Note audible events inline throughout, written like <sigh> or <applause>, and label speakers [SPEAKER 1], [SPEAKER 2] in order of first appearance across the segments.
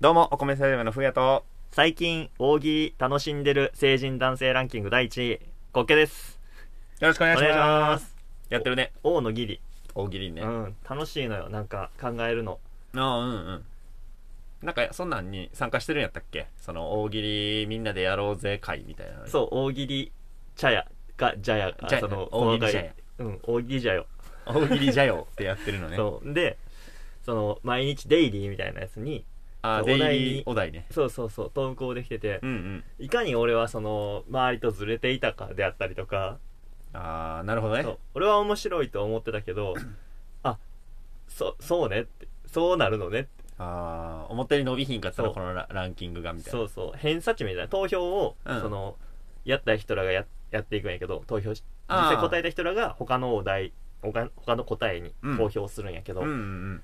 [SPEAKER 1] どうも、お米セレブのふうやと、
[SPEAKER 2] 最近、大喜利楽しんでる成人男性ランキング第1位、コッケです。
[SPEAKER 1] よろしくお願いし
[SPEAKER 2] お願
[SPEAKER 1] ま。
[SPEAKER 2] いします
[SPEAKER 1] やってるね。
[SPEAKER 2] 王の義理。
[SPEAKER 1] 大喜利ね。
[SPEAKER 2] う
[SPEAKER 1] あ
[SPEAKER 2] ん。楽しいのよ。なんか考えるの。
[SPEAKER 1] あ、うんうん。なんか、そんなんに参加してるんやったっけその、大喜利みんなでやろうぜ会みたいな。う。
[SPEAKER 2] そう、大喜利茶屋が、茶屋
[SPEAKER 1] じゃ
[SPEAKER 2] が、
[SPEAKER 1] あ、
[SPEAKER 2] その、
[SPEAKER 1] 大喜利じゃ
[SPEAKER 2] この回うん、大喜利茶よ。
[SPEAKER 1] よ。大喜利じゃよってやってるのね。
[SPEAKER 2] <laughs> そう。で、その、毎日デイリーみたいなやつに、
[SPEAKER 1] ああ、
[SPEAKER 2] お
[SPEAKER 1] デ
[SPEAKER 2] 題
[SPEAKER 1] イ
[SPEAKER 2] に
[SPEAKER 1] リーお題ね。
[SPEAKER 2] そうそうそう、投稿できてて
[SPEAKER 1] う、んうん。
[SPEAKER 2] いかに俺はその、周りとずれていたかであったりとか、
[SPEAKER 1] ああ、なるほど
[SPEAKER 2] そ
[SPEAKER 1] ね
[SPEAKER 2] う。俺は面白いと思ってた
[SPEAKER 1] <clears throat>
[SPEAKER 2] けどあそそうねってそうなるのねって
[SPEAKER 1] ああ、表に伸びひんかったら、
[SPEAKER 2] そう
[SPEAKER 1] このラランキングがみたいな。
[SPEAKER 2] そうそう偏差値みたいな投票を、
[SPEAKER 1] うん
[SPEAKER 2] そのやった人らがややっていくんやけど投票し実
[SPEAKER 1] あー
[SPEAKER 2] 際答えた人らが他のお題他他の答えに
[SPEAKER 1] うん
[SPEAKER 2] 投票するんやけど、
[SPEAKER 1] うんう
[SPEAKER 2] ま
[SPEAKER 1] ん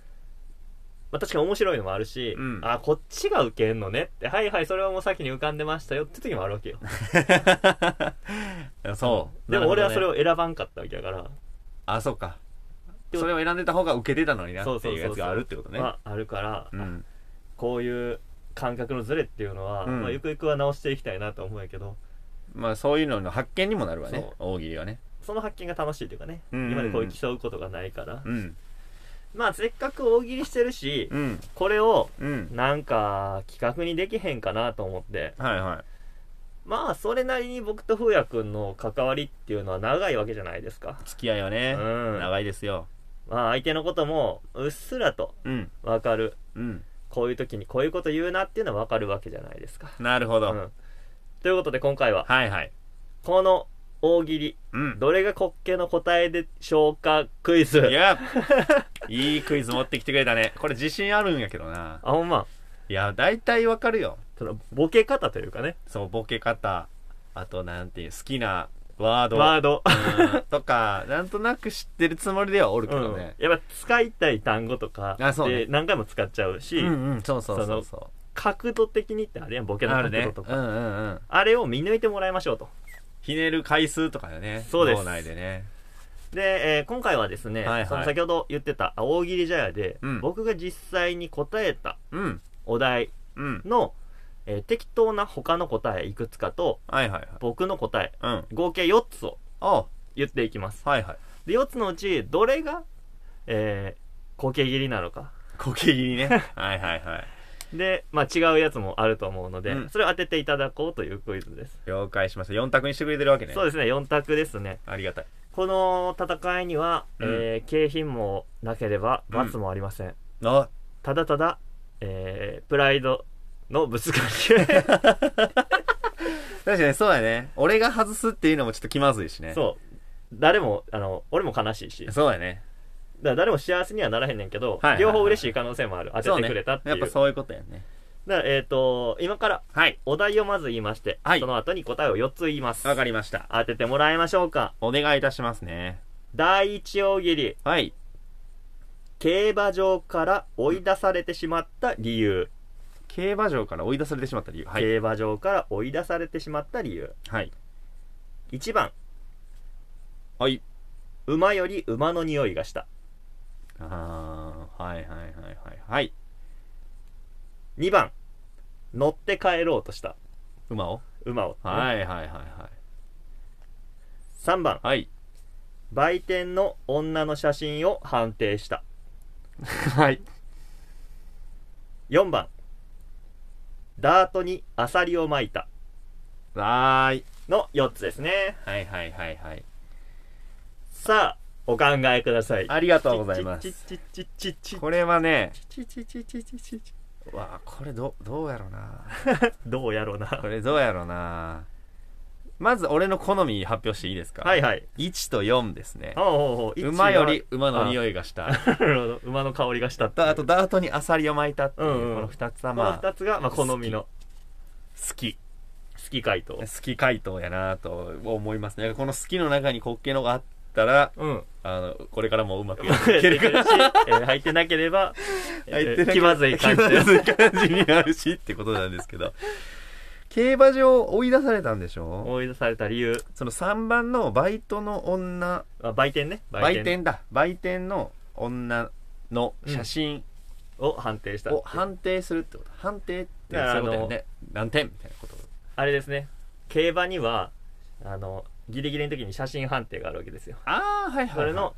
[SPEAKER 2] あ、確かに面白いのもあるし、
[SPEAKER 1] うん
[SPEAKER 2] あこっちが受けんのねってはいはいそれはもう先に浮かんでましたよって時もあるわ
[SPEAKER 1] <laughs>
[SPEAKER 2] けよ
[SPEAKER 1] うん。 <laughs> そう。
[SPEAKER 2] でも俺は
[SPEAKER 1] な
[SPEAKER 2] そ
[SPEAKER 1] る
[SPEAKER 2] れ
[SPEAKER 1] ほどね。
[SPEAKER 2] を選ばんかったわけだから、
[SPEAKER 1] あ、そうか。
[SPEAKER 2] でも
[SPEAKER 1] それを選んでた方が受けてたのにな
[SPEAKER 2] そう
[SPEAKER 1] って
[SPEAKER 2] そう
[SPEAKER 1] い
[SPEAKER 2] そう
[SPEAKER 1] や
[SPEAKER 2] うそう
[SPEAKER 1] つがあるってことね。
[SPEAKER 2] まあ、あるから、
[SPEAKER 1] うん。
[SPEAKER 2] こういう感覚のズレっていうのは、
[SPEAKER 1] うん
[SPEAKER 2] まあ、ゆくゆくは直していきたいなと思うんやけど
[SPEAKER 1] まあそういうのの発見にもなるわね
[SPEAKER 2] そう
[SPEAKER 1] 大喜利はね
[SPEAKER 2] その発見が楽しいというかね、
[SPEAKER 1] うんうんうん
[SPEAKER 2] 今までこういう競うことがないから、
[SPEAKER 1] うん
[SPEAKER 2] まあせっかく大喜利してるし、
[SPEAKER 1] うん
[SPEAKER 2] これを
[SPEAKER 1] うん
[SPEAKER 2] なんか企画にできへんかなと思って
[SPEAKER 1] はいはい
[SPEAKER 2] まあそれなりに僕と風也くんの関わりっていうのは長いわけじゃないですか
[SPEAKER 1] 付き合いはね、
[SPEAKER 2] うん
[SPEAKER 1] 長いですよ
[SPEAKER 2] まあ相手のこともうっすらと
[SPEAKER 1] うん
[SPEAKER 2] 分かる
[SPEAKER 1] うん
[SPEAKER 2] こういう時にこういうこと言うなっていうのは分かるわけじゃないですか、
[SPEAKER 1] なるほ
[SPEAKER 2] う
[SPEAKER 1] ど、
[SPEAKER 2] ん、ということで今回は
[SPEAKER 1] はいはい
[SPEAKER 2] この大喜利
[SPEAKER 1] うん
[SPEAKER 2] どれが滑稽の答えでしょうかクイズ
[SPEAKER 1] いや <laughs> いいクイズ持ってきてくれたねこれ自信あるんやけどな
[SPEAKER 2] あほんま
[SPEAKER 1] いや大体わかるよ
[SPEAKER 2] そのボケ方というかね
[SPEAKER 1] そうボケ方あとなんていう好きなワード
[SPEAKER 2] ワード
[SPEAKER 1] うん <laughs> とかなんとなく知ってるつもりではおるけどね、
[SPEAKER 2] うん、やっぱ使いたい単語とか
[SPEAKER 1] あそうね
[SPEAKER 2] で何回も使っちゃうし、
[SPEAKER 1] うん、うんそうそうそうそ
[SPEAKER 2] 角度的にってあれやんボケ
[SPEAKER 1] う
[SPEAKER 2] の
[SPEAKER 1] あ
[SPEAKER 2] 角
[SPEAKER 1] るね
[SPEAKER 2] 度と
[SPEAKER 1] う
[SPEAKER 2] か、
[SPEAKER 1] んうんうん
[SPEAKER 2] あれを見抜いてもらいましょうと
[SPEAKER 1] ひねる回数とかよね
[SPEAKER 2] そうです
[SPEAKER 1] 脳内でね
[SPEAKER 2] で、えー今回はですね、
[SPEAKER 1] はいはい
[SPEAKER 2] その先ほど言ってた大喜利茶屋で、
[SPEAKER 1] うん
[SPEAKER 2] 僕が実際に答えた
[SPEAKER 1] うん
[SPEAKER 2] お題
[SPEAKER 1] うん
[SPEAKER 2] の、えー適当な他の答えいくつかと
[SPEAKER 1] はいはい
[SPEAKER 2] 僕の答え
[SPEAKER 1] はいうん
[SPEAKER 2] 合計4つを
[SPEAKER 1] あ
[SPEAKER 2] 言っていきます
[SPEAKER 1] はいはい
[SPEAKER 2] で4つのうちどれがえー、固形切りなのか
[SPEAKER 1] こけぎり
[SPEAKER 2] <laughs>
[SPEAKER 1] ねはいはいはい
[SPEAKER 2] で、まあ、違うやつもあると思うので、
[SPEAKER 1] うん
[SPEAKER 2] それを当てていただこうというクイズです
[SPEAKER 1] 了解しました4択にしてくれてるわけね
[SPEAKER 2] そうですね、4択ですね。
[SPEAKER 1] ありがたい
[SPEAKER 2] この戦いには、
[SPEAKER 1] うん
[SPEAKER 2] えー景品もなければ
[SPEAKER 1] うん
[SPEAKER 2] 罰もありません。
[SPEAKER 1] あ
[SPEAKER 2] ただただ、えープライドのぶつ
[SPEAKER 1] <laughs>
[SPEAKER 2] かり
[SPEAKER 1] 確かにそうやね俺が外すっていうのもちょっと気まずいし
[SPEAKER 2] 合
[SPEAKER 1] ね
[SPEAKER 2] い。そう。誰も、あの、俺も悲しいし、だか
[SPEAKER 1] そうやね
[SPEAKER 2] ら誰も幸せにはならへんねんけど、
[SPEAKER 1] はいはいはい
[SPEAKER 2] 両方嬉しい可能性もある。当
[SPEAKER 1] そう
[SPEAKER 2] て
[SPEAKER 1] ね
[SPEAKER 2] てくれたってい
[SPEAKER 1] や
[SPEAKER 2] う。
[SPEAKER 1] っぱそういうことやね
[SPEAKER 2] だから、えっ、と、今から
[SPEAKER 1] はい
[SPEAKER 2] お題をまず言いまして、
[SPEAKER 1] はい
[SPEAKER 2] その後に答えを4つ言います。
[SPEAKER 1] わかりました
[SPEAKER 2] 当ててもらいましょうか。
[SPEAKER 1] お願いいたしますね
[SPEAKER 2] 第一大喜利、
[SPEAKER 1] はい
[SPEAKER 2] 競馬場から追い出されてしまった理由。
[SPEAKER 1] 競馬場から追い出されてしまった理由はい
[SPEAKER 2] 競馬場から追い出されてしまった理由
[SPEAKER 1] はい
[SPEAKER 2] 1番
[SPEAKER 1] はい
[SPEAKER 2] 馬より馬の匂いがした
[SPEAKER 1] あーはいはいはいはいはい
[SPEAKER 2] 2番乗って帰ろうとした
[SPEAKER 1] 馬を
[SPEAKER 2] 馬を、
[SPEAKER 1] はいはいはいは
[SPEAKER 2] 3番
[SPEAKER 1] いはい <laughs>
[SPEAKER 2] 売店の女の写真を判定した
[SPEAKER 1] はい
[SPEAKER 2] 4番ダートにアサリをまいた
[SPEAKER 1] はーい
[SPEAKER 2] の4つですね
[SPEAKER 1] はいはいはいはい
[SPEAKER 2] さあお考えください
[SPEAKER 1] ありがとうございます
[SPEAKER 2] チッチッチッチッチッチッ
[SPEAKER 1] これはね
[SPEAKER 2] チッチッチッチッチッチッチッ
[SPEAKER 1] わあこれどどうやろうな
[SPEAKER 2] どうやろうな
[SPEAKER 1] これどうやろうなまず俺の好み発表していいですか
[SPEAKER 2] はいはい
[SPEAKER 1] 1と4ですね
[SPEAKER 2] ほうほうほう
[SPEAKER 1] 馬より馬の匂いがした
[SPEAKER 2] 一番なるほど馬の香りがした
[SPEAKER 1] とあとダートにアサリを巻いたっていう、
[SPEAKER 2] うんうん
[SPEAKER 1] この2つは
[SPEAKER 2] この
[SPEAKER 1] まあ
[SPEAKER 2] 二つが、まあ、好みの
[SPEAKER 1] 好き
[SPEAKER 2] 好き回答
[SPEAKER 1] 好。き回答やなと思いますねこの好きの中に滑稽のがあったら
[SPEAKER 2] うん。
[SPEAKER 1] あのこれからもうまくやっていけ
[SPEAKER 2] 入
[SPEAKER 1] る
[SPEAKER 2] っ
[SPEAKER 1] か
[SPEAKER 2] て
[SPEAKER 1] ら
[SPEAKER 2] るし、 <laughs> えー入ってなければ、えー
[SPEAKER 1] <laughs> 入ってなければ
[SPEAKER 2] 気まずい感
[SPEAKER 1] 気
[SPEAKER 2] じ
[SPEAKER 1] ま
[SPEAKER 2] で
[SPEAKER 1] ずい感じになるしってことなんですけど競馬場追い出されたんでしょ
[SPEAKER 2] 思い出された理由。
[SPEAKER 1] その3番のバイトの女
[SPEAKER 2] あ売店ね。
[SPEAKER 1] 売店だ売店の女の写真
[SPEAKER 2] を判定した
[SPEAKER 1] を判定するってこと判定ってそう
[SPEAKER 2] だから
[SPEAKER 1] いうことだよね何点みたいなこと
[SPEAKER 2] あれですね競馬にはあのギリギリの時に写真判定があるわけですよ
[SPEAKER 1] ああはいはい、はい、
[SPEAKER 2] それの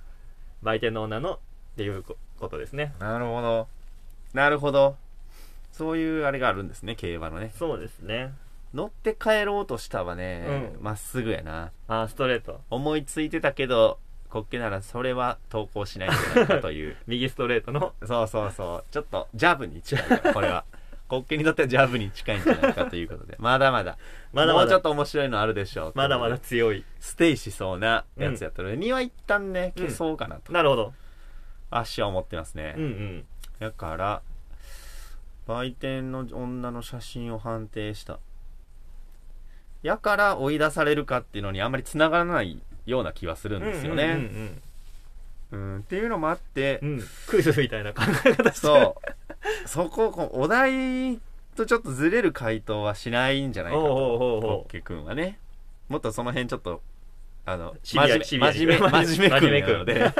[SPEAKER 2] 売店の女のっていうこことですね
[SPEAKER 1] なるほどなるほどそういうあれがあるんですね競馬のね
[SPEAKER 2] そうですね
[SPEAKER 1] 乗って帰ろうとしたはね
[SPEAKER 2] うん
[SPEAKER 1] ま、っすぐやな
[SPEAKER 2] あーストレート
[SPEAKER 1] 思いついてたけどこっけならそれは投稿しないんじゃないかという <laughs>
[SPEAKER 2] 右ストレートの
[SPEAKER 1] そうそうそうちょっとジャブに近いなこれ <laughs> はこっけにとってはジャブに近いんじゃないかということでまだまだ
[SPEAKER 2] まだま
[SPEAKER 1] もうちょ
[SPEAKER 2] だ
[SPEAKER 1] っと面白いのあるでしょう
[SPEAKER 2] まだまだ強い
[SPEAKER 1] ステイしそうなやつやったので、2は一旦ね消そうかなと、
[SPEAKER 2] なるほど
[SPEAKER 1] 足は思ってますね、
[SPEAKER 2] うんうん
[SPEAKER 1] だから売店の女の写真を判定したやから追い出されるかっていうのにあんまり繋がらないような気はするんですよね、
[SPEAKER 2] う
[SPEAKER 1] うんん
[SPEAKER 2] うんうん
[SPEAKER 1] っていうのもあって、
[SPEAKER 2] うん、うんクイズみたいな考え方してる
[SPEAKER 1] そうそこをこうお題とちょっとずれる回答はしないんじゃないかと
[SPEAKER 2] おうおうおうおう
[SPEAKER 1] コッケ君はねもっとその辺ちょっとあの
[SPEAKER 2] シビアシ
[SPEAKER 1] 真
[SPEAKER 2] ビ
[SPEAKER 1] 面
[SPEAKER 2] ア
[SPEAKER 1] 目真面目真面目君なので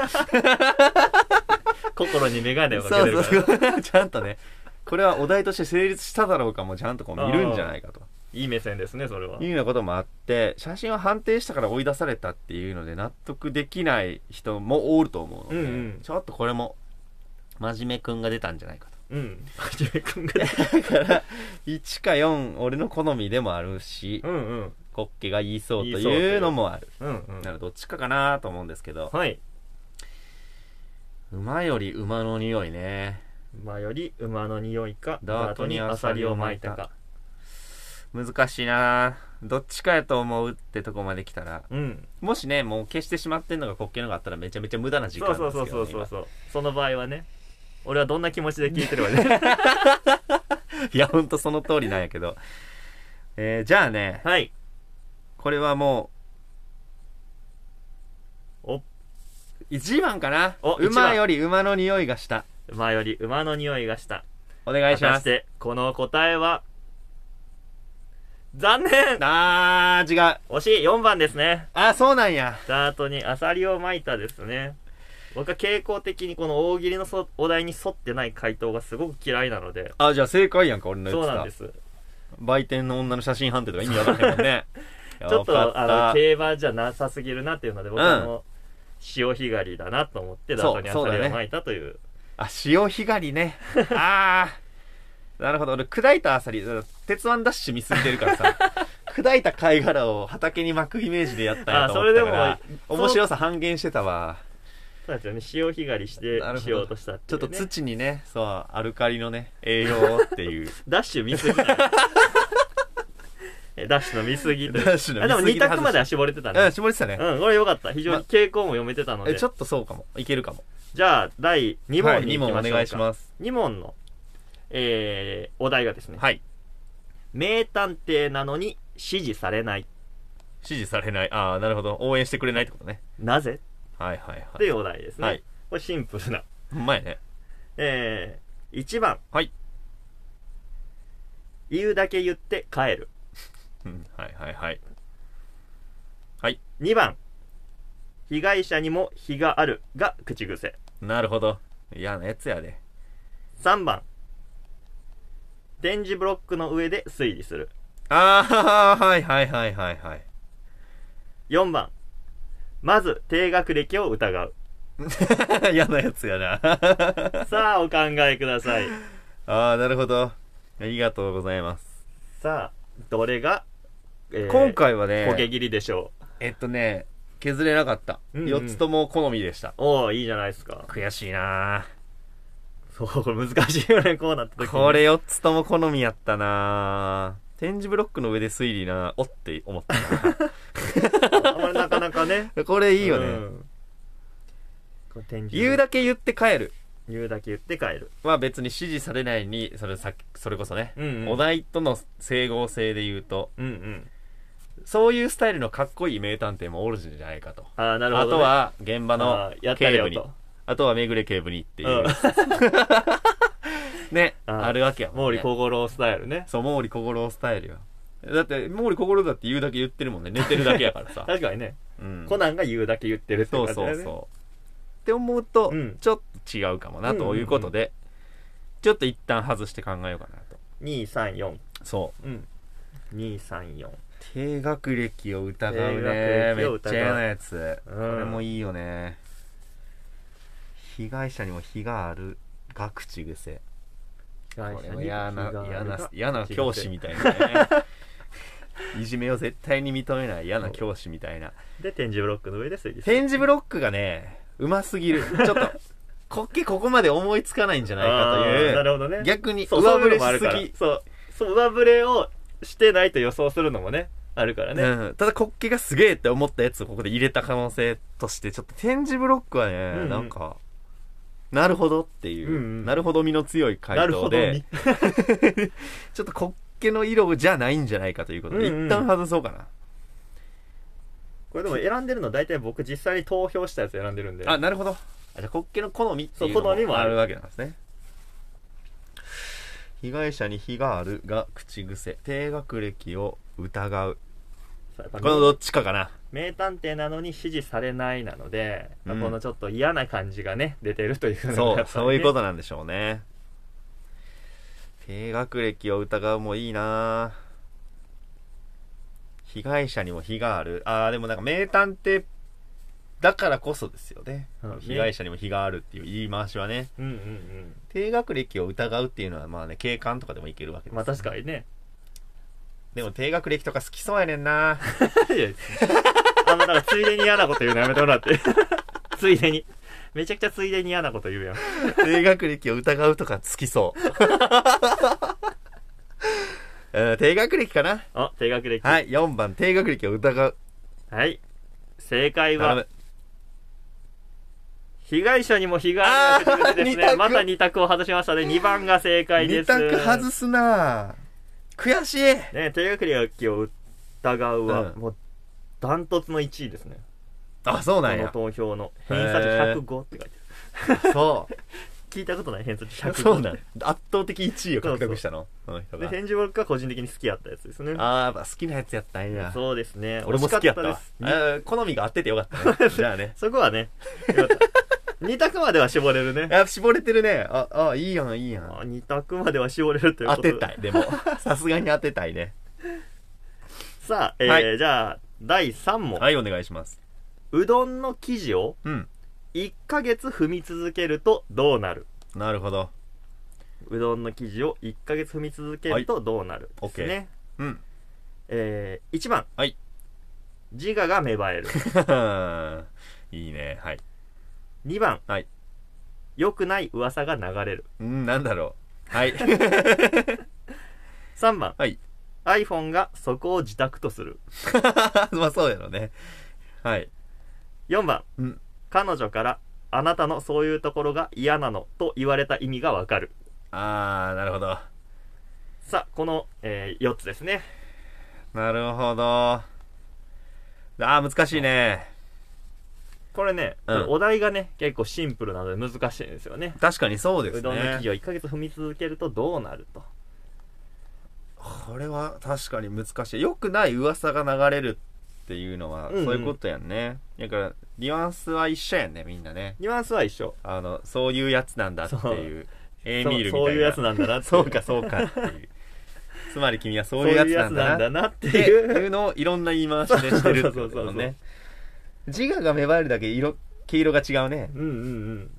[SPEAKER 2] 心に眼鏡をか
[SPEAKER 1] そ
[SPEAKER 2] けて
[SPEAKER 1] う
[SPEAKER 2] るから
[SPEAKER 1] そうそうちゃんとねこれはお題として成立しただろうかもちゃんとこう見るんじゃないかと
[SPEAKER 2] いい目線ですねそれは
[SPEAKER 1] いうようなこともあって写真は判定したから追い出されたっていうので納得できない人もおると思うので、
[SPEAKER 2] うんうん
[SPEAKER 1] ちょっとこれも真面目くんが出たんじゃないかと
[SPEAKER 2] うん真面目君が
[SPEAKER 1] <laughs> 1か4俺の好みでもあるし
[SPEAKER 2] うんうん
[SPEAKER 1] コッケが言いそうと
[SPEAKER 2] 言いそうとい
[SPEAKER 1] いううのもある
[SPEAKER 2] うんうん
[SPEAKER 1] なのでどっちかかなと思うんですけど
[SPEAKER 2] はい
[SPEAKER 1] 馬より馬の匂いね
[SPEAKER 2] 馬より馬の匂いか
[SPEAKER 1] ダ
[SPEAKER 2] ダ
[SPEAKER 1] ー
[SPEAKER 2] ー
[SPEAKER 1] ト
[SPEAKER 2] ト
[SPEAKER 1] に
[SPEAKER 2] に
[SPEAKER 1] ア
[SPEAKER 2] ア
[SPEAKER 1] サ
[SPEAKER 2] サ
[SPEAKER 1] リ
[SPEAKER 2] リ
[SPEAKER 1] を
[SPEAKER 2] を
[SPEAKER 1] 巻
[SPEAKER 2] 巻
[SPEAKER 1] い
[SPEAKER 2] い
[SPEAKER 1] た
[SPEAKER 2] たか
[SPEAKER 1] 難しいなどっちかやと思うってとこまで来たら
[SPEAKER 2] うん
[SPEAKER 1] もしねもう消してしまってんのが滑稽のがあったらめちゃめちゃ無駄な時間
[SPEAKER 2] そ
[SPEAKER 1] な
[SPEAKER 2] うんそう
[SPEAKER 1] ですけ
[SPEAKER 2] そ
[SPEAKER 1] ど、
[SPEAKER 2] う
[SPEAKER 1] ね、
[SPEAKER 2] そうそうそうその場合はね俺はどんな気持ちで聞いてる
[SPEAKER 1] <laughs>
[SPEAKER 2] わね
[SPEAKER 1] 今いやほんとその通りなんやけど、えー、じゃあね
[SPEAKER 2] はい
[SPEAKER 1] これはも
[SPEAKER 2] お
[SPEAKER 1] う1番かな
[SPEAKER 2] お一番
[SPEAKER 1] 馬より馬の匂いがした
[SPEAKER 2] 馬より馬の匂いがした
[SPEAKER 1] お願い
[SPEAKER 2] 果
[SPEAKER 1] しま
[SPEAKER 2] たし
[SPEAKER 1] す
[SPEAKER 2] てこの答えは残念
[SPEAKER 1] あー違う
[SPEAKER 2] 惜しい4番ですね
[SPEAKER 1] あそうなんや
[SPEAKER 2] ダートにアサリを巻いたですね僕は傾向的にこの大喜利のそお題に沿ってない回答がすごく嫌いなので
[SPEAKER 1] あじゃあ正解やんか俺のやつ
[SPEAKER 2] そうなん
[SPEAKER 1] が
[SPEAKER 2] です
[SPEAKER 1] 売店の女の写真判定とか意味わからへんもん
[SPEAKER 2] <laughs>
[SPEAKER 1] ね
[SPEAKER 2] ちょっ
[SPEAKER 1] よか
[SPEAKER 2] とあの競馬じゃなさすぎるなっていうので僕はあの、潮干狩りだなと思ってダートにアサ
[SPEAKER 1] そうそう
[SPEAKER 2] リ
[SPEAKER 1] だ
[SPEAKER 2] を
[SPEAKER 1] ね
[SPEAKER 2] 巻いたという
[SPEAKER 1] あ、潮干狩り
[SPEAKER 2] <laughs>
[SPEAKER 1] ね。ああ。なるほど。俺、砕いたアサリ、鉄腕ダッシュ見すぎてるから
[SPEAKER 2] <laughs>
[SPEAKER 1] さ、砕いた貝殻を畑に巻くイメージでやったんやと思ったから
[SPEAKER 2] あ、それでも
[SPEAKER 1] 面白さ半減してたわ。
[SPEAKER 2] そうなんですよね潮干狩りして
[SPEAKER 1] なるほど
[SPEAKER 2] しようとしたって
[SPEAKER 1] ち
[SPEAKER 2] い
[SPEAKER 1] ょ
[SPEAKER 2] う
[SPEAKER 1] っ
[SPEAKER 2] ね、
[SPEAKER 1] と土にね、そう、アルカリのね、栄養をっていう。
[SPEAKER 2] <laughs> ダッシュ見す
[SPEAKER 1] <laughs>
[SPEAKER 2] ぎたえダッシュの見すぎという
[SPEAKER 1] ダッシュの見過ぎ
[SPEAKER 2] あでも2択までは絞れてた
[SPEAKER 1] う
[SPEAKER 2] ね
[SPEAKER 1] ん、絞れてたね。
[SPEAKER 2] うんこれよかった非常
[SPEAKER 1] ま
[SPEAKER 2] に傾向も読めてたので、
[SPEAKER 1] え、ちょっとそうかも。いけるかも。
[SPEAKER 2] じゃあ第2
[SPEAKER 1] は
[SPEAKER 2] 問
[SPEAKER 1] い、
[SPEAKER 2] に
[SPEAKER 1] 2
[SPEAKER 2] 行
[SPEAKER 1] 問
[SPEAKER 2] きま
[SPEAKER 1] お
[SPEAKER 2] しょうか、
[SPEAKER 1] 願いします。
[SPEAKER 2] 2問の、えー、お題がですね、
[SPEAKER 1] はい。
[SPEAKER 2] 名探偵なのに支持されない。
[SPEAKER 1] 支持されない。ああ、なるほど。応援してくれないってことね。
[SPEAKER 2] なぜ
[SPEAKER 1] はいはい
[SPEAKER 2] と
[SPEAKER 1] はい。
[SPEAKER 2] いうお題ですね。
[SPEAKER 1] はい
[SPEAKER 2] これシンプルな。
[SPEAKER 1] うまいね。
[SPEAKER 2] えー、1番。
[SPEAKER 1] はい。
[SPEAKER 2] 言うだけ言って帰る。
[SPEAKER 1] うん、はいはいはい。
[SPEAKER 2] 2番。被害者にも非があるが口癖。
[SPEAKER 1] なるほど。嫌なやつやで。
[SPEAKER 2] 3番。点字ブロックの上で推理する。
[SPEAKER 1] ああ、はいはいはいはいはい。
[SPEAKER 2] 4番。まず、低学歴を疑う。
[SPEAKER 1] <laughs> 嫌なやつやな。
[SPEAKER 2] さあ、お考えください。
[SPEAKER 1] ああ、なるほど。ありがとうございます。
[SPEAKER 2] さあ、どれが、えー
[SPEAKER 1] 今回はね、
[SPEAKER 2] 焦げ切りでしょう。
[SPEAKER 1] えっとね、削れなかった。
[SPEAKER 2] うんうん
[SPEAKER 1] 4つとも好みでした。
[SPEAKER 2] おおいいじゃないですか。
[SPEAKER 1] 悔しいな
[SPEAKER 2] そう、これ難しいよね、こうなった時に。
[SPEAKER 1] こ。れ4つとも好みやったな展示ブロックの上で推理なおって思った <laughs>
[SPEAKER 2] あんまりなかなかね。
[SPEAKER 1] な。これい
[SPEAKER 2] い
[SPEAKER 1] いよね。言うだけ言って帰る。
[SPEAKER 2] 言うだけ言って帰る。
[SPEAKER 1] まあ別に指示されないに、それさっきそれこそね、
[SPEAKER 2] うんうん
[SPEAKER 1] お題との整合性で言うと、
[SPEAKER 2] うんうん。
[SPEAKER 1] そういうスタイルのかっこいい名探偵もおるんじゃないかと。
[SPEAKER 2] ああ、なる
[SPEAKER 1] あ
[SPEAKER 2] ほ
[SPEAKER 1] と
[SPEAKER 2] ど、ね。
[SPEAKER 1] は、現場
[SPEAKER 2] あ
[SPEAKER 1] の
[SPEAKER 2] ーやったれ
[SPEAKER 1] 警
[SPEAKER 2] よ
[SPEAKER 1] 部に、
[SPEAKER 2] と
[SPEAKER 1] あ。とはめぐれ警部にっていうう、ね、
[SPEAKER 2] あー
[SPEAKER 1] あるわけやも
[SPEAKER 2] 毛
[SPEAKER 1] ん、
[SPEAKER 2] 利
[SPEAKER 1] ね。
[SPEAKER 2] 小五郎スタイルね。
[SPEAKER 1] そう、毛利小五郎スタイルよ。だって、毛利小五郎だって言うだけ言ってるもんね。寝てるだけやから
[SPEAKER 2] <laughs>
[SPEAKER 1] さ。
[SPEAKER 2] 確かにね、
[SPEAKER 1] うん
[SPEAKER 2] コナンが言うだけ言ってるって
[SPEAKER 1] そ
[SPEAKER 2] 感
[SPEAKER 1] う
[SPEAKER 2] じだ
[SPEAKER 1] そ
[SPEAKER 2] よね。
[SPEAKER 1] うそう。って思うと
[SPEAKER 2] うん、
[SPEAKER 1] ちょっと違うかもな、ということで、ちょっと一旦外して考えようかなと。
[SPEAKER 2] 234
[SPEAKER 1] そう。
[SPEAKER 2] うん234
[SPEAKER 1] 低学歴を疑うね。
[SPEAKER 2] 低学
[SPEAKER 1] め
[SPEAKER 2] 歴を疑う
[SPEAKER 1] っちゃ嫌なやつ。こ
[SPEAKER 2] うん
[SPEAKER 1] れもいいよね。被害者にも非がある学知癖。これも嫌な、嫌な、嫌な教師みたいなね。いじめを絶対に認めない嫌な教師みたいな。
[SPEAKER 2] で点字ブロックの上で推理す
[SPEAKER 1] 展
[SPEAKER 2] る
[SPEAKER 1] 示ブロックがね、うますぎ
[SPEAKER 2] <laughs>
[SPEAKER 1] る。ちょっと、こっけここまで思いつかないんじゃないかと
[SPEAKER 2] あーな
[SPEAKER 1] いう。
[SPEAKER 2] るほどね
[SPEAKER 1] 逆に
[SPEAKER 2] そう
[SPEAKER 1] 上振れ
[SPEAKER 2] そういうのもあるから
[SPEAKER 1] しすぎ。
[SPEAKER 2] そうそう上振れをしてないと予想するのもねあるからね、
[SPEAKER 1] うん、ただ滑稽がすげえって思ったやつをここで入れた可能性としてちょっと展示ブロックはね、
[SPEAKER 2] うんうん
[SPEAKER 1] なんかなるほどっていう、
[SPEAKER 2] うんうん
[SPEAKER 1] なるほど身の強い回
[SPEAKER 2] <laughs> なる
[SPEAKER 1] 答
[SPEAKER 2] ほど
[SPEAKER 1] で
[SPEAKER 2] に
[SPEAKER 1] ちょっと滑稽の色じゃないんじゃないかということで、
[SPEAKER 2] うんうん
[SPEAKER 1] 一旦外そうかな
[SPEAKER 2] これでも選んでるの大体僕実際に投票したやつ選んでるんで
[SPEAKER 1] あなるほどあじゃあ滑稽の好みっていう
[SPEAKER 2] そう好み
[SPEAKER 1] の
[SPEAKER 2] も
[SPEAKER 1] も
[SPEAKER 2] あ
[SPEAKER 1] あ
[SPEAKER 2] る
[SPEAKER 1] るわけなんですね被害者に非があるが口癖低学歴を疑う
[SPEAKER 2] そうやっぱ
[SPEAKER 1] このどっちかかな
[SPEAKER 2] 名探偵なのに支持されないなので、まあ
[SPEAKER 1] うん
[SPEAKER 2] このちょっと嫌な感じがね出てるというのが
[SPEAKER 1] そう、
[SPEAKER 2] やっぱりね
[SPEAKER 1] <laughs> そういうことなんでしょうね。低学歴を疑うもいいな被害者にも非がある。ああ、でもなんか名探偵だからこそですよね。
[SPEAKER 2] うん
[SPEAKER 1] 被害者にも非があるっていう言い回しはね。
[SPEAKER 2] うんうんうん
[SPEAKER 1] 低学歴を疑うっていうのはまあね、警官とかでもいけるわけです。
[SPEAKER 2] まあ確かにね <laughs>
[SPEAKER 1] でも低学歴とか好きそうやねんない
[SPEAKER 2] やあのだからついでに嫌なこと言うのやめてもらって <laughs> ついでにめちゃくちゃついでに嫌なこと言うやん
[SPEAKER 1] <laughs> 低学歴を疑うとか好き <laughs> そう。うん低学歴かな
[SPEAKER 2] あ低学歴
[SPEAKER 1] はい、4番、低学歴を疑う。
[SPEAKER 2] はい正解
[SPEAKER 1] 頼む
[SPEAKER 2] は被害者にも被害者に
[SPEAKER 1] あ
[SPEAKER 2] もです
[SPEAKER 1] ー二
[SPEAKER 2] ね
[SPEAKER 1] 択
[SPEAKER 2] また2択を外しましたね2番が正解
[SPEAKER 1] 二
[SPEAKER 2] です
[SPEAKER 1] 択外すなぁ悔しい
[SPEAKER 2] ね低学歴を疑うは、
[SPEAKER 1] うん
[SPEAKER 2] もうダントツの1位ですね
[SPEAKER 1] あ、そう
[SPEAKER 2] こ
[SPEAKER 1] なん
[SPEAKER 2] の
[SPEAKER 1] や。
[SPEAKER 2] 投票の偏差値
[SPEAKER 1] へー
[SPEAKER 2] 105って書いてあ
[SPEAKER 1] そ
[SPEAKER 2] る聞いたことない偏差値
[SPEAKER 1] う。
[SPEAKER 2] 105
[SPEAKER 1] そうなん。圧倒的1位を獲得したの。この人
[SPEAKER 2] で
[SPEAKER 1] が。
[SPEAKER 2] 返事僕が個人的に好きやったやつですね
[SPEAKER 1] あー、やっぱ好きなやつやったんや。
[SPEAKER 2] そうですね
[SPEAKER 1] 俺も好きやった
[SPEAKER 2] 惜し
[SPEAKER 1] わ
[SPEAKER 2] かです。
[SPEAKER 1] あー好みが合っててよか <laughs> ったね。じゃあね。
[SPEAKER 2] そこはねよかった2択までは絞れるね
[SPEAKER 1] あ、絞れてるね。あ、あ、いいやん、いいやん。
[SPEAKER 2] 2択までは絞れるというこ
[SPEAKER 1] 当
[SPEAKER 2] と
[SPEAKER 1] てたい。で <laughs> も、さすがに当てたいね。
[SPEAKER 2] さあ、えー
[SPEAKER 1] は
[SPEAKER 2] じゃあ第3問、
[SPEAKER 1] はい、お願いします。
[SPEAKER 2] うどんの生地を
[SPEAKER 1] うん。
[SPEAKER 2] 1ヶ月踏み続けるとどうなる
[SPEAKER 1] なるほど。
[SPEAKER 2] うどんの生地を1ヶ月踏み続けるとどうなる
[SPEAKER 1] はい
[SPEAKER 2] ですね、
[SPEAKER 1] うん。
[SPEAKER 2] えー、1番、
[SPEAKER 1] はい
[SPEAKER 2] 自我が芽生える
[SPEAKER 1] <laughs> いいね。はい。
[SPEAKER 2] 2番、
[SPEAKER 1] はい
[SPEAKER 2] 良くない噂が流れる
[SPEAKER 1] うん、なんだろう。はい。
[SPEAKER 2] 3番、
[SPEAKER 1] はい
[SPEAKER 2] iPhone がそこを自宅とする
[SPEAKER 1] <laughs> まあ、そうやろね。はい。
[SPEAKER 2] 4番、
[SPEAKER 1] うん
[SPEAKER 2] 彼女からあなたのそういうところが嫌なのと言われた意味がわかる
[SPEAKER 1] あー、なるほど。
[SPEAKER 2] さあこの、え4つですね
[SPEAKER 1] なるほど。あー、難しいね。
[SPEAKER 2] これね、
[SPEAKER 1] うん
[SPEAKER 2] お題がね結構シンプルなので難しいんですよね
[SPEAKER 1] 確かにそうで
[SPEAKER 2] う
[SPEAKER 1] す
[SPEAKER 2] どんの生
[SPEAKER 1] ね
[SPEAKER 2] 地。を1ヶ月踏み続けるとどうなると
[SPEAKER 1] これは確かに難しい。良くない噂が流れるっていうのは、
[SPEAKER 2] うんうん
[SPEAKER 1] そういうことやんね。だから、ニュアンスは一緒やんね、みんなね。
[SPEAKER 2] ニュアンスは一緒
[SPEAKER 1] あの、そういうやつなんだっていう。エイミールみたいな。
[SPEAKER 2] <laughs> そうそういうやつなんだなってい
[SPEAKER 1] そうか、そうかっていう。つまり君はそう
[SPEAKER 2] そう
[SPEAKER 1] い
[SPEAKER 2] いうう
[SPEAKER 1] や
[SPEAKER 2] や
[SPEAKER 1] つ
[SPEAKER 2] つ
[SPEAKER 1] なん
[SPEAKER 2] な
[SPEAKER 1] だ
[SPEAKER 2] ん
[SPEAKER 1] な。
[SPEAKER 2] だなって
[SPEAKER 1] って
[SPEAKER 2] いう
[SPEAKER 1] いうのをいろんな言い回しでしてるってこと
[SPEAKER 2] そうそうそうそう
[SPEAKER 1] ね。自我が芽生えるだけ色、毛色が違うね。
[SPEAKER 2] うんうん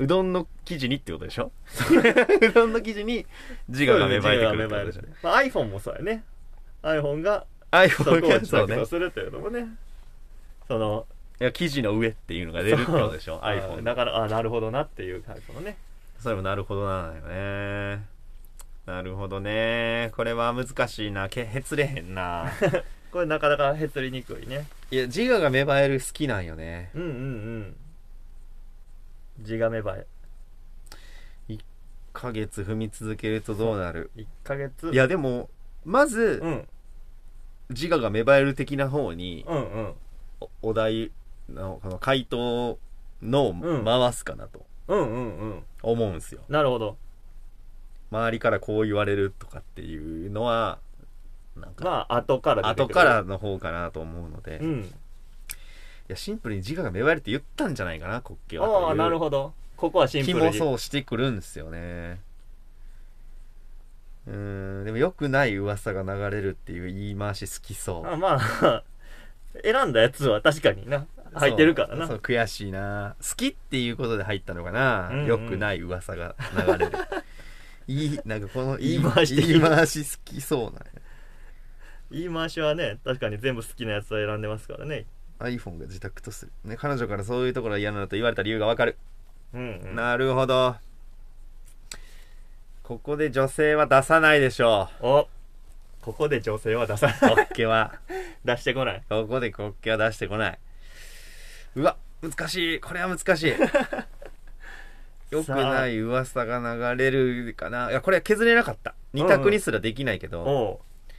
[SPEAKER 1] うどんの生地にってことでしょうどんの生地に自我が芽生えてくるってことでしょ
[SPEAKER 2] 自我が芽生えるまあ、iPhone もそうやね iPhone がそこを
[SPEAKER 1] iPhone が
[SPEAKER 2] 自
[SPEAKER 1] そう
[SPEAKER 2] 宅
[SPEAKER 1] ね
[SPEAKER 2] とするっていうのもねその
[SPEAKER 1] いや生地の上っていうのが出るってことでしょ
[SPEAKER 2] あー
[SPEAKER 1] iPhone
[SPEAKER 2] だ
[SPEAKER 1] の
[SPEAKER 2] からあーなるほどなっていう感じのね
[SPEAKER 1] それもなるほどなのよねなるほどねこれは難しいなけへつれへんな
[SPEAKER 2] これなかなかへつりにくいね
[SPEAKER 1] <laughs> いや自我が芽生える好きなんよね
[SPEAKER 2] うんうんうん自我芽生え
[SPEAKER 1] 1ヶ月踏み続けるとどうなる
[SPEAKER 2] 1ヶ月
[SPEAKER 1] いやでもまず
[SPEAKER 2] うん
[SPEAKER 1] 自我が芽生える的な方に
[SPEAKER 2] うんうん
[SPEAKER 1] おお題のこの回答のを
[SPEAKER 2] うん
[SPEAKER 1] 回すかなと
[SPEAKER 2] うんうんうん
[SPEAKER 1] 思うんですよ、
[SPEAKER 2] なるほど
[SPEAKER 1] 周りからこう言われるとかっていうのはなんか
[SPEAKER 2] まあ後から出て
[SPEAKER 1] 後
[SPEAKER 2] くる
[SPEAKER 1] からの方かなと思うので、
[SPEAKER 2] う
[SPEAKER 1] い
[SPEAKER 2] ん
[SPEAKER 1] やシンプルに自我が芽生えるって言ったんじゃないかな国旗はという
[SPEAKER 2] ああなるほどここはシンプ
[SPEAKER 1] 気
[SPEAKER 2] ル
[SPEAKER 1] も
[SPEAKER 2] に
[SPEAKER 1] そうしてくるんですよねうーんでも良くない噂が流れるっていう言い回し好きそう
[SPEAKER 2] あまあ <laughs> 選んだやつは確かにな入ってるから
[SPEAKER 1] そう
[SPEAKER 2] な
[SPEAKER 1] そう悔しいな好きっていうことで入ったのかな、
[SPEAKER 2] うんうん
[SPEAKER 1] 良くない噂が流
[SPEAKER 2] <laughs>
[SPEAKER 1] れるいいなんかこの
[SPEAKER 2] 言い回し的
[SPEAKER 1] 言
[SPEAKER 2] に
[SPEAKER 1] い回し好きそうな
[SPEAKER 2] 言い回しはね確かに全部好きなやつを選んでますからね
[SPEAKER 1] iPhone が自宅とする、ね、彼女からそういうところが嫌なのと言われた理由がわかる、
[SPEAKER 2] うん、うん、
[SPEAKER 1] なるほどここで女性は出さないでしょ
[SPEAKER 2] おここで女性は出さ
[SPEAKER 1] う
[SPEAKER 2] な
[SPEAKER 1] ホ
[SPEAKER 2] い
[SPEAKER 1] ッケは
[SPEAKER 2] <laughs> 出してこない
[SPEAKER 1] ここで国旗は出してこない。うわ、難しい。これは難
[SPEAKER 2] <laughs>
[SPEAKER 1] しい。よくない噂が流れるかな。いや、これは削れなかった。二択にすらできないけど。
[SPEAKER 2] おう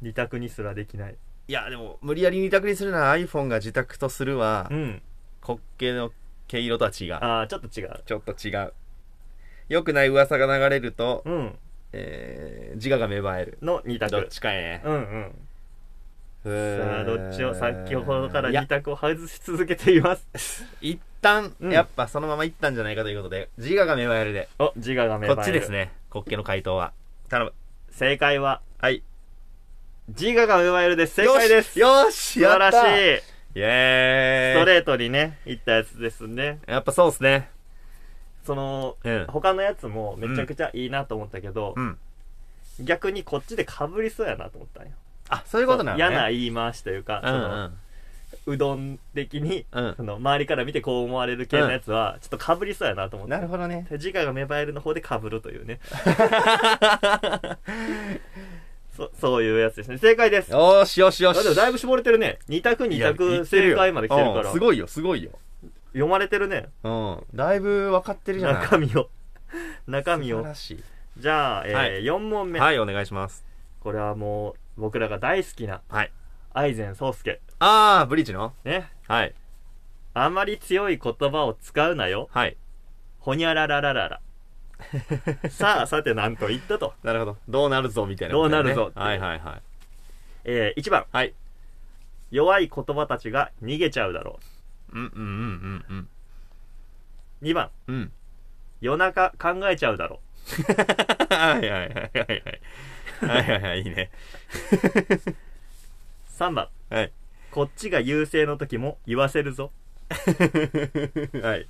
[SPEAKER 2] 二択にすらできない
[SPEAKER 1] いや、でも、無理やり二択にするなら iPhone が自宅とするは
[SPEAKER 2] う、ん
[SPEAKER 1] 国旗の毛色とは違う。
[SPEAKER 2] ああちょっと違う
[SPEAKER 1] ちょっと違う。よくない噂が流れると、
[SPEAKER 2] うん
[SPEAKER 1] えー自我が芽生える。
[SPEAKER 2] の二
[SPEAKER 1] どっ
[SPEAKER 2] 択
[SPEAKER 1] ちかやね。
[SPEAKER 2] うんうんさ
[SPEAKER 1] う
[SPEAKER 2] あ
[SPEAKER 1] ーん
[SPEAKER 2] どっちを先ほどから
[SPEAKER 1] いや
[SPEAKER 2] 二択を外し続けています
[SPEAKER 1] 一旦、
[SPEAKER 2] うん
[SPEAKER 1] やっぱそのままいったんじゃないかということで、自我が芽生えるで。
[SPEAKER 2] お自我が芽生え
[SPEAKER 1] こ
[SPEAKER 2] る
[SPEAKER 1] っちですね。国家の回答は。頼む。
[SPEAKER 2] 正解は
[SPEAKER 1] はい。
[SPEAKER 2] 自我が芽生えるです正解です
[SPEAKER 1] よーし
[SPEAKER 2] 素晴らしい
[SPEAKER 1] いイェ
[SPEAKER 2] スト
[SPEAKER 1] ーイ
[SPEAKER 2] レートにねいったやつですね
[SPEAKER 1] やっぱそうっすね。
[SPEAKER 2] その
[SPEAKER 1] うん。
[SPEAKER 2] 他のやつもめちゃくちゃいいなと思ったけど、
[SPEAKER 1] うん。
[SPEAKER 2] 逆にこっちでかぶりそうやなと思ったんよ
[SPEAKER 1] あ、そういうことなのね。
[SPEAKER 2] 嫌な言い回しというか、
[SPEAKER 1] うん
[SPEAKER 2] そのうどん的に、
[SPEAKER 1] うん
[SPEAKER 2] その周りから見てこう思われる系のやつは、ちょっとかぶりそうやなと思
[SPEAKER 1] うん。
[SPEAKER 2] って
[SPEAKER 1] なるほど <laughs> ね。
[SPEAKER 2] で自我が芽生えるの方でかぶるというねそそういうやつですね正解です
[SPEAKER 1] よーしよしよ
[SPEAKER 2] あ
[SPEAKER 1] し。
[SPEAKER 2] でもだいぶ絞れてるね2択2
[SPEAKER 1] いや
[SPEAKER 2] 択
[SPEAKER 1] いってる
[SPEAKER 2] 正
[SPEAKER 1] よ
[SPEAKER 2] 解まで来てるか
[SPEAKER 1] う
[SPEAKER 2] ら
[SPEAKER 1] んすごいよ、すごいよ。
[SPEAKER 2] 読まれてるね
[SPEAKER 1] うん。だいぶ分かってるじゃない。
[SPEAKER 2] 中身を中身
[SPEAKER 1] 素
[SPEAKER 2] を
[SPEAKER 1] 晴らし
[SPEAKER 2] じゃあ、えー
[SPEAKER 1] はい
[SPEAKER 2] 4問
[SPEAKER 1] い。
[SPEAKER 2] 目、
[SPEAKER 1] はい、お願いします。
[SPEAKER 2] これはもう僕らが大好きな
[SPEAKER 1] はい。
[SPEAKER 2] 愛禅宗介
[SPEAKER 1] あー、ブリーチの
[SPEAKER 2] ね
[SPEAKER 1] はい。
[SPEAKER 2] あまり強い言葉を使うなよ
[SPEAKER 1] はい。
[SPEAKER 2] ほにゃらら
[SPEAKER 1] <laughs>
[SPEAKER 2] らららさあさてなんと言ったと、
[SPEAKER 1] なるほど。どうなるぞ、みたいなことだよね。
[SPEAKER 2] どうなるぞ
[SPEAKER 1] はいはいはい。
[SPEAKER 2] え1番
[SPEAKER 1] はい。
[SPEAKER 2] 弱い言葉たちが逃げちゃうだろ
[SPEAKER 1] うんうんうんうん
[SPEAKER 2] う2番
[SPEAKER 1] うん。うん。
[SPEAKER 2] 夜中考えちゃうだろ
[SPEAKER 1] はいはいはいはいはい。はいはいはい、いいね。
[SPEAKER 2] う3番
[SPEAKER 1] はい。
[SPEAKER 2] こっちが優勢の時も言わせるぞ
[SPEAKER 1] はい。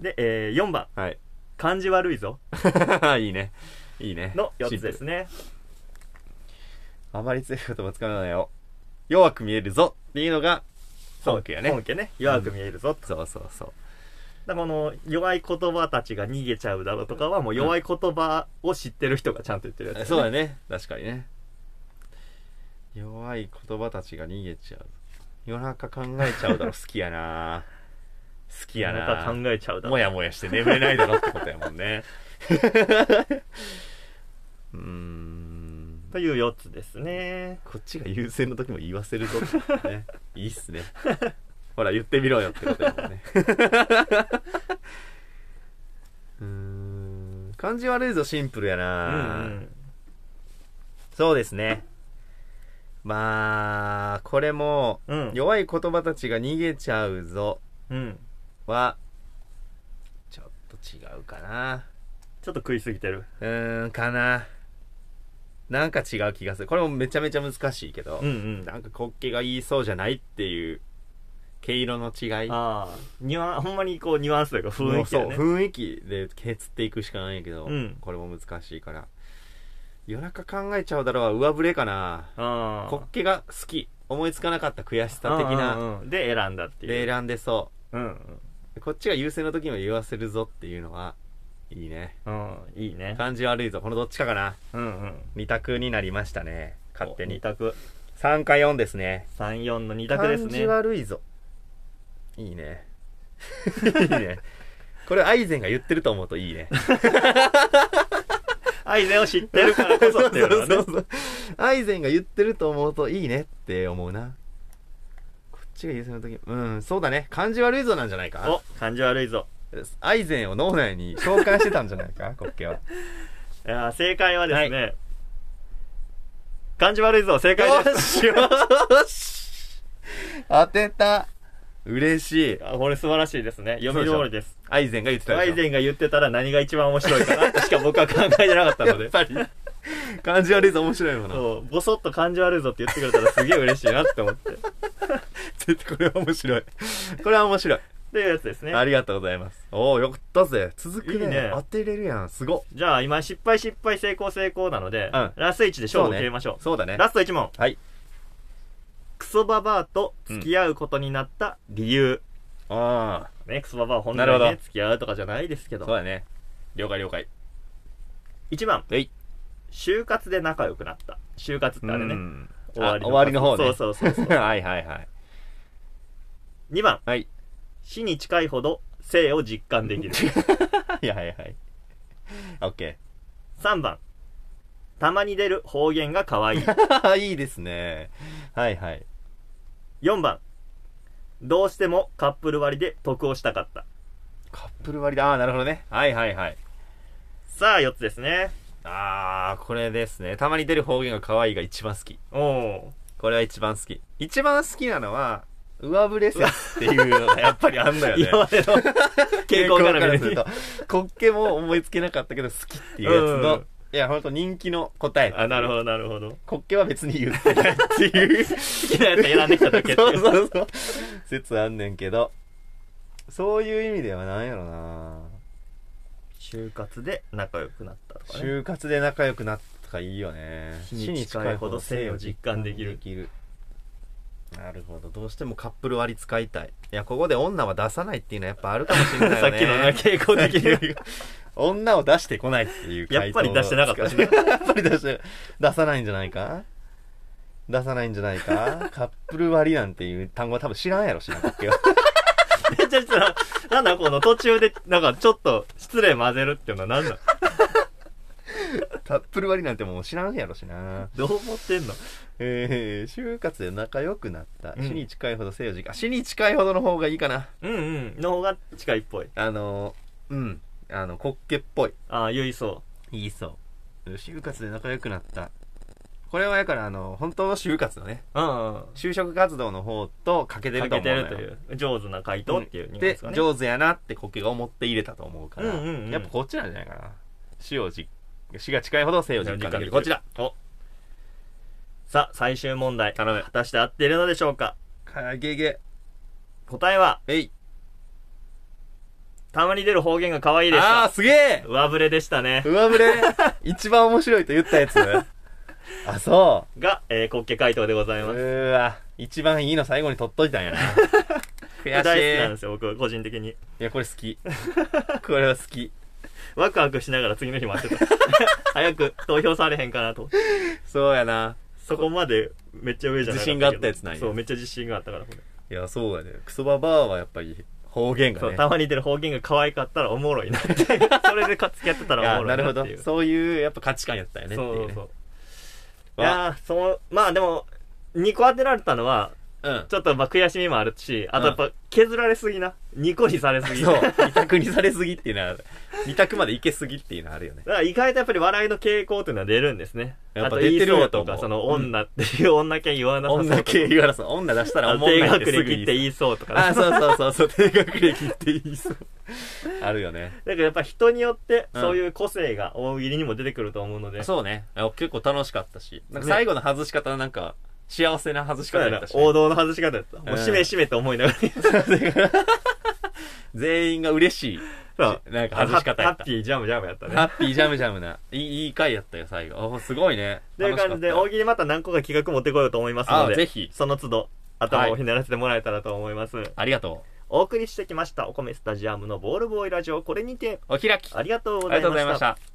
[SPEAKER 2] で、え4番
[SPEAKER 1] はい。
[SPEAKER 2] 感じ悪いぞ
[SPEAKER 1] いいね。いいね。
[SPEAKER 2] の4つです
[SPEAKER 1] ね。
[SPEAKER 2] ね
[SPEAKER 1] あまり強い言葉使わないよ。弱く見えるぞっていうのが、本家やね
[SPEAKER 2] 本。家ね弱く見えるぞ、だか
[SPEAKER 1] そうそうそう。
[SPEAKER 2] らこの弱い言葉たちが逃げちゃうだろうとかはもう弱い言葉を知ってる人がちゃんと言ってるやつ、
[SPEAKER 1] そうだね。確かにね。弱い言葉たちが逃げちゃう。夜中考えちゃうだろ。好きやな好きや
[SPEAKER 2] <laughs> 夜中
[SPEAKER 1] な
[SPEAKER 2] 考えちゃうだろ
[SPEAKER 1] も
[SPEAKER 2] う
[SPEAKER 1] やもやして眠れないだろってことやもんね。うーん。
[SPEAKER 2] という4つですね
[SPEAKER 1] こっちが優先の時も言わせるぞってねいいっすねほら言ってみろよってことだもんねうーん感じ悪いぞシンプルや
[SPEAKER 2] う
[SPEAKER 1] な、
[SPEAKER 2] ん
[SPEAKER 1] そうですねまあこれも、
[SPEAKER 2] うん
[SPEAKER 1] 弱い言葉たちが逃げちゃうぞ
[SPEAKER 2] うん、うん、
[SPEAKER 1] はちょっと違うかな
[SPEAKER 2] ちょっと食いすぎてる
[SPEAKER 1] うーんかななんか違う気がするこれもめちゃめちゃ難しいけど、
[SPEAKER 2] うんうん
[SPEAKER 1] なんか国旗が言いそうじゃないっていう毛色の違い
[SPEAKER 2] ああニュアンほんまにこうニュアンスというか雰囲気や
[SPEAKER 1] もう
[SPEAKER 2] ね
[SPEAKER 1] そう雰囲気で削っていくしかないけど、
[SPEAKER 2] うん
[SPEAKER 1] これも難しいから夜中考えちゃうだろうは上振れかな
[SPEAKER 2] ああ
[SPEAKER 1] 国旗が好き思いつかなかった悔しさ的
[SPEAKER 2] うん
[SPEAKER 1] な
[SPEAKER 2] うんうんで選んだっていう
[SPEAKER 1] で選んでそ
[SPEAKER 2] うん
[SPEAKER 1] うこっちが優勢の時にも言わせるぞっていうのはいいね
[SPEAKER 2] うん、うん、いいね
[SPEAKER 1] 感じ悪いぞこのどっちかかな
[SPEAKER 2] うんうん
[SPEAKER 1] 2択になりましたね勝手
[SPEAKER 2] 2
[SPEAKER 1] に
[SPEAKER 2] 択
[SPEAKER 1] 3か4ですね
[SPEAKER 2] 34の2択です
[SPEAKER 1] 感じ
[SPEAKER 2] ね
[SPEAKER 1] 悪いぞいいねいいねこれアイゼンが言ってると思うといい <laughs> ね
[SPEAKER 2] 愛禅を知ってるからこそっていうのはね
[SPEAKER 1] そうそうそうアイゼンが言ってると思うといいねって思うなこっちが優先の時うんそうだね感じ悪いぞなんじゃないか
[SPEAKER 2] お感じ悪いぞ
[SPEAKER 1] アイゼンを脳内に召喚してたんじゃない <laughs> か国旗はい
[SPEAKER 2] やー正解はですね、感じ悪いぞ正解です
[SPEAKER 1] しよし当てた嬉しい。
[SPEAKER 2] <laughs> あこれ素晴らしいですね。読み通りです。
[SPEAKER 1] アイゼンが言ってた
[SPEAKER 2] ワ
[SPEAKER 1] でし
[SPEAKER 2] イ
[SPEAKER 1] ょ
[SPEAKER 2] ゼンが言ってたら何が一番面白いかなってしか僕は考えてなかったの
[SPEAKER 1] <laughs> や
[SPEAKER 2] で
[SPEAKER 1] っ。ぱり。 <laughs> 感じ悪いぞ、面白いもの。
[SPEAKER 2] そう、ぼそっと感じ悪いぞって言ってくれたらすげえ嬉しいなって思って。っ
[SPEAKER 1] <laughs> 絶対これは面白い。これは面白い。
[SPEAKER 2] ていうやつですね。
[SPEAKER 1] ありがとうございます。おー、よかったぜ。続くね。
[SPEAKER 2] いいね
[SPEAKER 1] 当てれるやん。すごっ。
[SPEAKER 2] じゃあ今失敗失敗成功成功なので、
[SPEAKER 1] うん
[SPEAKER 2] ラスト1で勝負を決めましょう。
[SPEAKER 1] そうだね。
[SPEAKER 2] ラスト1問。
[SPEAKER 1] はい。
[SPEAKER 2] クソババアと付き合うことになった理由。
[SPEAKER 1] あ
[SPEAKER 2] ね、クソババア本
[SPEAKER 1] な
[SPEAKER 2] 来
[SPEAKER 1] るほ
[SPEAKER 2] ね
[SPEAKER 1] ど、
[SPEAKER 2] 付き合うとかじゃないですけ
[SPEAKER 1] あ。そう
[SPEAKER 2] ど。
[SPEAKER 1] だね。了解了解。
[SPEAKER 2] 1番、
[SPEAKER 1] はい。
[SPEAKER 2] 就活で仲良くなった。就活ってあれ
[SPEAKER 1] う
[SPEAKER 2] ね。
[SPEAKER 1] んあ終わりの方ね。
[SPEAKER 2] そうそうそうそう。
[SPEAKER 1] <laughs> はいはいはい。
[SPEAKER 2] 2番、
[SPEAKER 1] はい。
[SPEAKER 2] 死に近いほど生を実感できる。 <laughs>
[SPEAKER 1] はいはいはい。オッケ
[SPEAKER 2] 3番、たまに出る方言が可
[SPEAKER 1] <laughs>
[SPEAKER 2] 愛い。
[SPEAKER 1] ー。いいですね。はいはい。
[SPEAKER 2] 4番、どうしてもカップル割りで得をしたかった。
[SPEAKER 1] カップル割りだ。ああー、なるほどね。はいはいはい。
[SPEAKER 2] さあ、4つですね。
[SPEAKER 1] あー、これですね。たまに出る方言が可愛いが一番好き。
[SPEAKER 2] おお
[SPEAKER 1] これは一番好き。一番好きなのは、上振れ説っていうのがやっぱりあんのよね。
[SPEAKER 2] <laughs> 今まで
[SPEAKER 1] <laughs>
[SPEAKER 2] の傾向から見
[SPEAKER 1] す
[SPEAKER 2] る
[SPEAKER 1] る
[SPEAKER 2] と
[SPEAKER 1] と。こっけも思いつけなかったけど好きっていうやつの、
[SPEAKER 2] うん
[SPEAKER 1] いや、ほんと人気の答え。
[SPEAKER 2] あなるほ
[SPEAKER 1] ど。
[SPEAKER 2] どなるほど
[SPEAKER 1] <laughs> こっけは別に言ってないっていう。
[SPEAKER 2] <laughs> 好きなやつ選んできた時って
[SPEAKER 1] そうそうそう。 <laughs> 説あんねんけど。そういう意味ではなんやろな
[SPEAKER 2] 就活で仲良くなったとかね
[SPEAKER 1] 就活で仲良くなったとかいいよね。
[SPEAKER 2] 死に近いほど生を実感できる
[SPEAKER 1] 死に近いほど生を実感できるなるほど。どうしてもカップル割り使いたい。いや、ここで女は出さないっていうのはやっぱあるかもしれない
[SPEAKER 2] <laughs>
[SPEAKER 1] よ
[SPEAKER 2] さっ
[SPEAKER 1] ね。
[SPEAKER 2] きのな傾向的に
[SPEAKER 1] 女を出してこないっていう
[SPEAKER 2] やっぱり出してなかったし <laughs> ね
[SPEAKER 1] ねやっぱり出して出さないんじゃないか出さないんじゃないかカップル割りなんていう単語は多分知らんやろしなこっ
[SPEAKER 2] <laughs>
[SPEAKER 1] けは
[SPEAKER 2] めっちゃ失礼なんだこの途中でなんかちょっと失礼混ぜるっていうのは <laughs> 何だ
[SPEAKER 1] カップル割りなんてもう知らんやろしな
[SPEAKER 2] どう思ってんの
[SPEAKER 1] えー、就活で仲良くなった、
[SPEAKER 2] うん
[SPEAKER 1] 死に近いほど西洋人あ死に近いほどの方がいいかな
[SPEAKER 2] うんうんの方が近いっぽい
[SPEAKER 1] あのーうんあの滑稽っぽい
[SPEAKER 2] ああ言いそ
[SPEAKER 1] 言いそう就活で仲良くなったこれはやからあの本当の就活のね
[SPEAKER 2] ううんうん
[SPEAKER 1] 就職活動の方と欠けて
[SPEAKER 2] か
[SPEAKER 1] ると
[SPEAKER 2] け
[SPEAKER 1] 思う
[SPEAKER 2] て
[SPEAKER 1] のよ
[SPEAKER 2] るという上手な回答っていうニュアンス
[SPEAKER 1] で
[SPEAKER 2] かね
[SPEAKER 1] 上手やなってコケが思って入れたと思うから、
[SPEAKER 2] うんうんうん
[SPEAKER 1] やっぱこっちなんじゃないかな死をじ死が近いほど生を実感できるこちら
[SPEAKER 2] おさあ最終問題
[SPEAKER 1] 頼む
[SPEAKER 2] 果たして合っているのでしょうか
[SPEAKER 1] かげげ
[SPEAKER 2] 答えは
[SPEAKER 1] えい
[SPEAKER 2] たまに出る方言が可愛いでし
[SPEAKER 1] ああ
[SPEAKER 2] た
[SPEAKER 1] ーすげえ
[SPEAKER 2] 上振れでしたね
[SPEAKER 1] 上振れ <laughs> 一番面白いと言ったやつ <laughs> あそ
[SPEAKER 2] が、えー、国家回答でございう
[SPEAKER 1] う
[SPEAKER 2] ます
[SPEAKER 1] ーわ一番いいの最後に取っといたんやな
[SPEAKER 2] 大好きな
[SPEAKER 1] <laughs>
[SPEAKER 2] ん
[SPEAKER 1] 悔
[SPEAKER 2] で
[SPEAKER 1] しい
[SPEAKER 2] すよ僕個人的に
[SPEAKER 1] いやこれ好 <laughs> きこれは好き
[SPEAKER 2] ワクワクしながら次の日
[SPEAKER 1] <laughs>
[SPEAKER 2] 待ってた早く投票されへんかなと
[SPEAKER 1] そうやな
[SPEAKER 2] そこまでめっちゃ上じゃなかったけど
[SPEAKER 1] 自信があったやつなんや
[SPEAKER 2] そうめっちゃ自信があったからこれ
[SPEAKER 1] いやそうやねクソババアはやっぱり方言が
[SPEAKER 2] そう
[SPEAKER 1] ね
[SPEAKER 2] たまに出る方言が可愛かったらおもろいなって
[SPEAKER 1] <laughs>
[SPEAKER 2] いうそれでか付き合ってた
[SPEAKER 1] い
[SPEAKER 2] ら
[SPEAKER 1] や
[SPEAKER 2] おもろ
[SPEAKER 1] ないる
[SPEAKER 2] な
[SPEAKER 1] ほ
[SPEAKER 2] って
[SPEAKER 1] ど
[SPEAKER 2] いう
[SPEAKER 1] そういうやっぱ価値観やったよねっていう
[SPEAKER 2] そう
[SPEAKER 1] ね
[SPEAKER 2] そうそうい
[SPEAKER 1] わ
[SPEAKER 2] やーそのまあでも2個当てられたのは
[SPEAKER 1] うん
[SPEAKER 2] ちょっとまあ悔しみもあるしあとやっぱ削られすぎな2個にされすぎ
[SPEAKER 1] そう、二択にされすぎっていうのは、二択までいけすぎっていうのはあるよね。
[SPEAKER 2] だから意外とやっぱり笑いの傾向というのは出るんですね。
[SPEAKER 1] やっ
[SPEAKER 2] あ
[SPEAKER 1] ぱ
[SPEAKER 2] と
[SPEAKER 1] 出てるよ
[SPEAKER 2] 言いそうと
[SPEAKER 1] と思
[SPEAKER 2] か、
[SPEAKER 1] う
[SPEAKER 2] その女っていう女系言わなさそうとか。
[SPEAKER 1] 女系言わなそう。女出したら
[SPEAKER 2] あ
[SPEAKER 1] お
[SPEAKER 2] の
[SPEAKER 1] もん
[SPEAKER 2] 低
[SPEAKER 1] ないって
[SPEAKER 2] 学
[SPEAKER 1] すぐ
[SPEAKER 2] 歴って
[SPEAKER 1] い
[SPEAKER 2] 言いそうとかね。
[SPEAKER 1] あ、
[SPEAKER 2] だか
[SPEAKER 1] そうそうそうそう、低学歴って言いそう。あるよね。
[SPEAKER 2] らやっぱ人によって
[SPEAKER 1] うん
[SPEAKER 2] そういう個性が大喜利にも出てくると思うので。
[SPEAKER 1] そうね。あ結構楽しかったし。なんか最後の外し方はなんか、幸せな外し
[SPEAKER 2] そう
[SPEAKER 1] 方
[SPEAKER 2] や
[SPEAKER 1] やった
[SPEAKER 2] な
[SPEAKER 1] しね、
[SPEAKER 2] 王道の外し方やった。もう、
[SPEAKER 1] うん
[SPEAKER 2] しめしめと思いながら。
[SPEAKER 1] 全員が嬉しい。
[SPEAKER 2] <laughs> そう
[SPEAKER 1] なんか外し方や
[SPEAKER 2] ハッ
[SPEAKER 1] った
[SPEAKER 2] ハッ。ピージャムジャムやった
[SPEAKER 1] ハ
[SPEAKER 2] ね。
[SPEAKER 1] ッピージャムジャムな。いい、いい回やったよ、最後。おすごいね。
[SPEAKER 2] という感じで、
[SPEAKER 1] 楽
[SPEAKER 2] 大
[SPEAKER 1] しかっ
[SPEAKER 2] 喜利また何個か企画持ってこようと思います
[SPEAKER 1] た
[SPEAKER 2] の
[SPEAKER 1] あ、ぜ
[SPEAKER 2] で、
[SPEAKER 1] ひ。
[SPEAKER 2] その都度頭をひねらせてもらえたらと思います。
[SPEAKER 1] ありがと
[SPEAKER 2] お送りしてきました、お米スタジアムのボールボーイラジオ、これにて、
[SPEAKER 1] う。お開き。
[SPEAKER 2] ありがとうご
[SPEAKER 1] あ
[SPEAKER 2] ざ
[SPEAKER 1] りが
[SPEAKER 2] い
[SPEAKER 1] とう
[SPEAKER 2] ま
[SPEAKER 1] ございま
[SPEAKER 2] し。
[SPEAKER 1] したた。